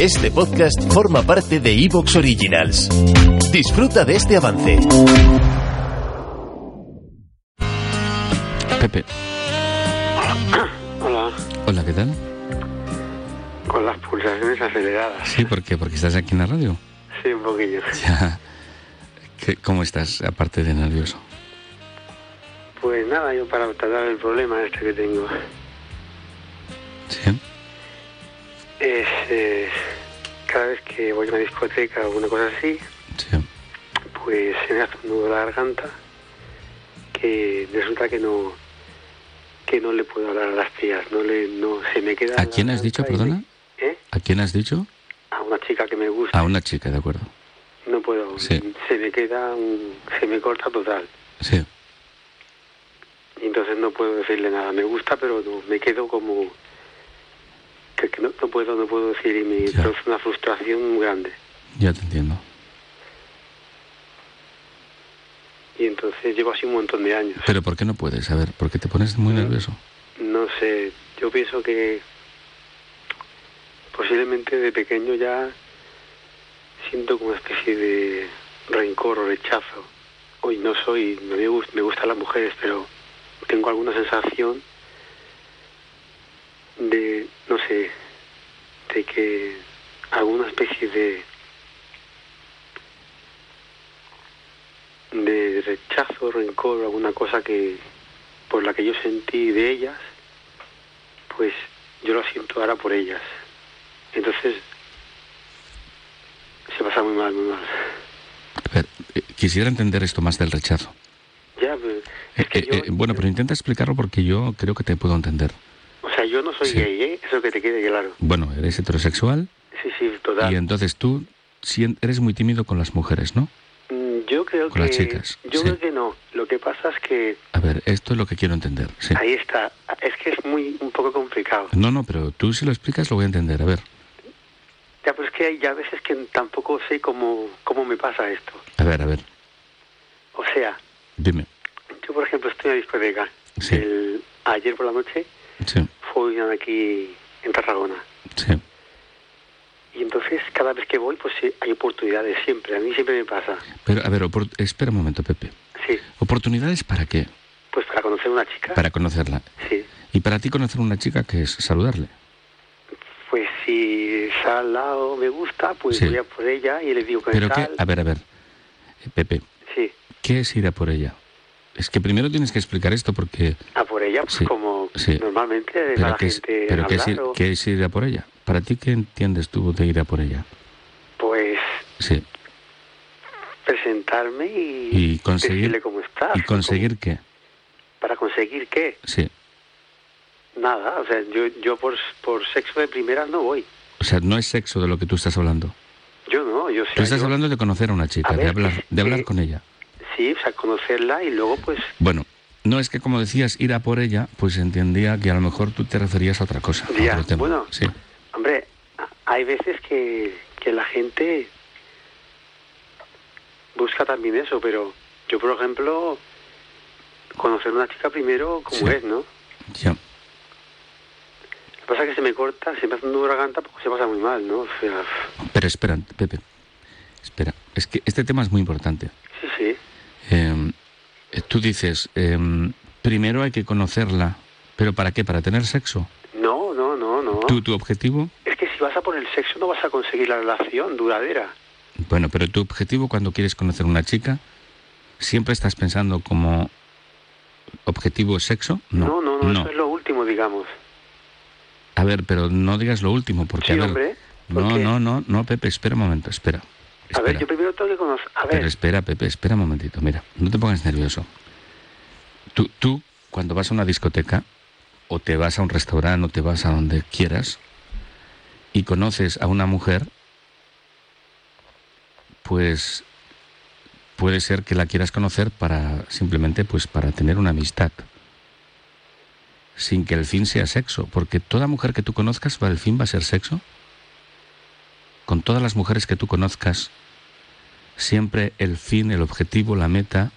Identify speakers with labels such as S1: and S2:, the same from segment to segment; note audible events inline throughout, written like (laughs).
S1: Este podcast forma parte de Evox Originals. Disfruta de este avance.
S2: Pepe,
S3: Hola,
S2: hola, ¿qué tal?
S3: con las pulsaciones aceleradas.
S2: Sí, ¿por qué? Porque estás aquí en la radio. (laughs)
S3: Sí, un poquillo.
S2: Ya. ¿Qué- ¿Cómo estás, aparte de nervioso?
S3: Pues nada, yo para tratar el problema este que tengo
S2: ¿Sí?
S3: es eh, cada vez que voy a una discoteca o alguna cosa así,
S2: Sí.
S3: pues se me hace un nudo en la garganta que resulta que no que no le puedo hablar a las tías, no le no se me queda.
S2: ¿A
S3: en la
S2: quién has
S3: garganta
S2: dicho,
S3: y me-
S2: perdona?
S3: ¿Eh?
S2: ¿A quién has dicho?
S3: A una chica que me gusta.
S2: A una chica, de acuerdo.
S3: No puedo.
S2: Ah. Sí.
S3: Se me queda, un- se me corta total.
S2: Sí.
S3: Y entonces no puedo decirle nada. Me gusta, pero no, me quedo como que, que no, no puedo, no puedo decir y me
S2: Ya.
S3: produce una frustración muy grande.
S2: Ya te entiendo.
S3: Y entonces llevo así un montón de años.
S2: Pero ¿por qué no puedes? A ver, ¿por qué te pones muy nervioso?
S3: No sé, yo pienso que posiblemente de pequeño ya siento como una especie de rencor o rechazo. Hoy no soy, no me, gust- me gustan las mujeres, pero tengo alguna sensación de, no sé, de que alguna especie de de rechazo, rencor, alguna cosa que por la que yo sentí de ellas, pues yo lo siento ahora por ellas. Entonces se pasa muy mal, muy mal.
S2: A ver, eh, quisiera entender esto más del rechazo.
S3: Ya, pues, es que
S2: Eh,
S3: yo,
S2: eh, eh, bueno, pero intenta explicarlo porque yo creo que te puedo entender.
S3: o sea, yo no soy
S2: sí.
S3: gay, ¿eh? eso que te quede claro.
S2: Bueno, eres heterosexual
S3: Sí, sí, total.
S2: y entonces tú sien- eres muy tímido con las mujeres, ¿no?
S3: Mm, Yo creo
S2: Con
S3: que
S2: las chicas,
S3: yo
S2: sí.
S3: creo que no. Lo que pasa es que
S2: A ver, esto es lo que quiero entender. Sí.
S3: ahí está. Es que es muy un poco complicado.
S2: No, no, pero tú si lo explicas lo voy a entender. A ver,
S3: Ya, pero es que hay ya veces que tampoco sé cómo cómo me pasa esto.
S2: a ver, a ver.
S3: O sea,
S2: Dime.
S3: yo por ejemplo estoy en la discoteca.
S2: Sí.
S3: El- ayer por la noche
S2: Sí,
S3: fui aquí en Tarragona.
S2: sí.
S3: Y entonces cada vez que voy, pues sí, hay oportunidades siempre. A mí siempre me pasa.
S2: Pero, a ver, opor- espera un momento, Pepe.
S3: Sí,
S2: ¿Oportunidades para qué?
S3: pues para conocer a una chica.
S2: Para conocerla.
S3: Sí,
S2: ¿Y para ti conocer una chica que es saludarle?
S3: pues si está al lado me gusta, pues
S2: Sí.
S3: voy a por ella y le digo que
S2: Pero qué,
S3: tal.
S2: a ver, a ver. Eh, Pepe,
S3: Sí,
S2: ¿qué es ir a por ella? Es que primero tienes que explicar esto porque...
S3: a por ella, pues
S2: Sí,
S3: como
S2: sí.
S3: normalmente va
S2: Pero,
S3: la
S2: qué, es,
S3: gente
S2: pero
S3: a
S2: qué es ir,
S3: hablar, o-
S2: qué es ir a por ella? ¿Para ti qué entiendes tú de ir a por ella?
S3: Pues
S2: Sí.
S3: presentarme y,
S2: Y conseguir-
S3: decirle cómo estás.
S2: ¿Y conseguir qué?
S3: cómo- ¿Para conseguir qué?
S2: Sí.
S3: Nada, o sea, yo, yo por, por sexo de primera no voy.
S2: O sea, no es sexo de lo que tú estás hablando.
S3: Yo no, yo sí.
S2: Tú estás hablando de conocer a una chica,
S3: A
S2: de
S3: ver,
S2: hablar, de hablar
S3: eh,
S2: con ella.
S3: Sí, o sea, conocerla y luego pues
S2: Bueno, no es que como decías ir a por ella, pues entendía que a lo mejor tú te referías a otra cosa. a
S3: Ya,
S2: otro tema.
S3: bueno.
S2: Sí,
S3: Hombre, a- hay veces que, que la gente busca también eso, pero yo, por ejemplo, conocer una chica primero como
S2: Sí.
S3: es, ¿no? Lo
S2: ya.
S3: que pasa es que se me corta, se me hace un nudo en la garganta porque se pasa muy mal, ¿no? O sea,
S2: Pero espera, Pepe. Espera, es que este tema es muy importante.
S3: sí, sí,
S2: Eh, tú dices, eh, primero hay que conocerla, pero ¿para qué? ¿Para tener sexo?
S3: no, no, no, no.
S2: ¿Tú, tu objetivo?
S3: Es que si vas a por el sexo no vas a conseguir la relación duradera.
S2: Bueno, pero tu objetivo cuando quieres conocer a una chica, ¿siempre estás pensando como objetivo sexo? No,
S3: no, no, eso es lo último, digamos.
S2: A ver, pero no digas lo último, porque
S3: Sí,
S2: a ver,
S3: hombre,
S2: No,
S3: porque-
S2: no, no, no, Pepe, espera un momento, espera.
S3: A ver,
S2: Espera.
S3: yo primero tengo que conocer... A ver,
S2: Pero espera, Pepe, espera un momentito. Mira, no te pongas nervioso. Tú, tú, cuando vas a una discoteca, o te vas a un restaurante, o te vas a donde quieras, y conoces a una mujer, pues puede ser que la quieras conocer para simplemente pues para tener una amistad sin que el fin sea sexo porque toda mujer que tú conozcas va el fin va a ser sexo con todas las mujeres que tú conozcas siempre el fin, el objetivo, la meta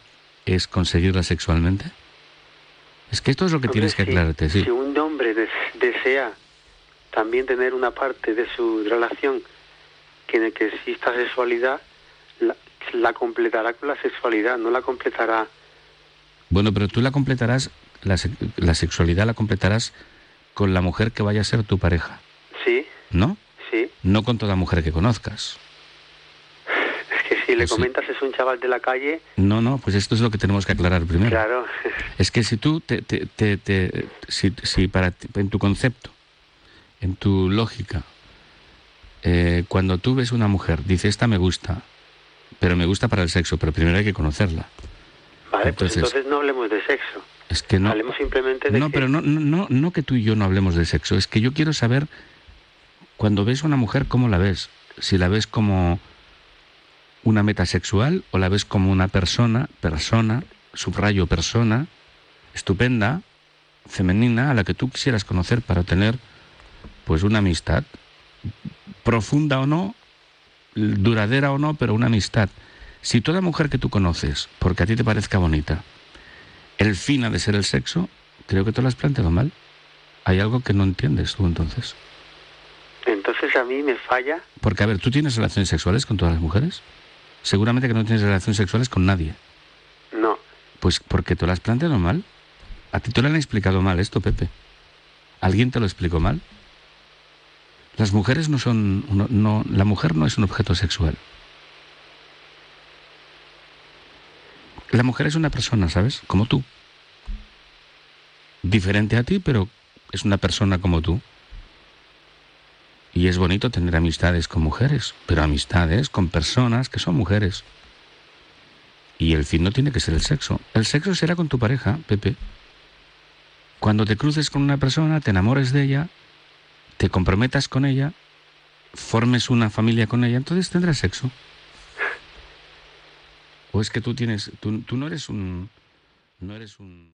S2: es conseguirla sexualmente? Es que esto es lo que
S3: Hombre,
S2: tienes que
S3: si-
S2: aclararte, sí.
S3: Si un hombre des- desea también tener una parte de su relación que en el que exista sexualidad, la, la completará con la sexualidad, no la completará.
S2: Bueno, pero tú la completarás, la, se- la sexualidad la completarás con la mujer que vaya a ser tu pareja,
S3: Sí,
S2: ¿no?
S3: sí.
S2: No con toda mujer que conozcas.
S3: Es que si le
S2: Sí.
S3: comentas es un chaval de la calle,
S2: No, no, pues esto es lo que tenemos que aclarar primero.
S3: claro, (laughs)
S2: Es que si tú, te, te- te- te- si, si para ti- en tu concepto, en tu lógica, eh, cuando tú ves una mujer, dice, esta me gusta, pero me gusta para el sexo, pero primero hay que conocerla.
S3: vale, pues
S2: Entonces-
S3: entonces no hablemos de sexo,
S2: Es que no...
S3: hablemos simplemente de
S2: No,
S3: que-
S2: pero no, no, no, no que tú y yo no hablemos de sexo, es que yo quiero saber, cuando ves a una mujer, ¿cómo la ves? Si la ves como una metasexual o la ves como una persona, persona, subrayo persona, estupenda, femenina, a la que tú quisieras conocer para tener pues una amistad, profunda o no, l- duradera o no, pero una amistad. Si toda mujer que tú conoces, porque a ti te parezca bonita, el fin ha de ser el sexo, creo que te lo has planteado mal. Hay algo que no entiendes tú entonces.
S3: entonces a mí me falla,
S2: Porque, a ver, ¿tú tienes relaciones sexuales con todas las mujeres? Seguramente que no tienes relaciones sexuales con nadie.
S3: no,
S2: Pues porque te lo has planteado mal. A ti te lo han explicado mal esto, Pepe. ¿Alguien te lo explicó mal? Las mujeres no son... No, no- la mujer no es un objeto sexual. La mujer es una persona, ¿sabes? Como tú. Diferente a ti, pero es una persona como tú. Y es bonito tener amistades con mujeres, pero amistades con personas que son mujeres. Y el fin no tiene que ser el sexo. El sexo será con tu pareja, Pepe. Cuando te cruces con una persona, te enamores de ella, te comprometas con ella, formes una familia con ella, entonces tendrás sexo. O es que tú tienes, tú, tú no eres un, no eres un.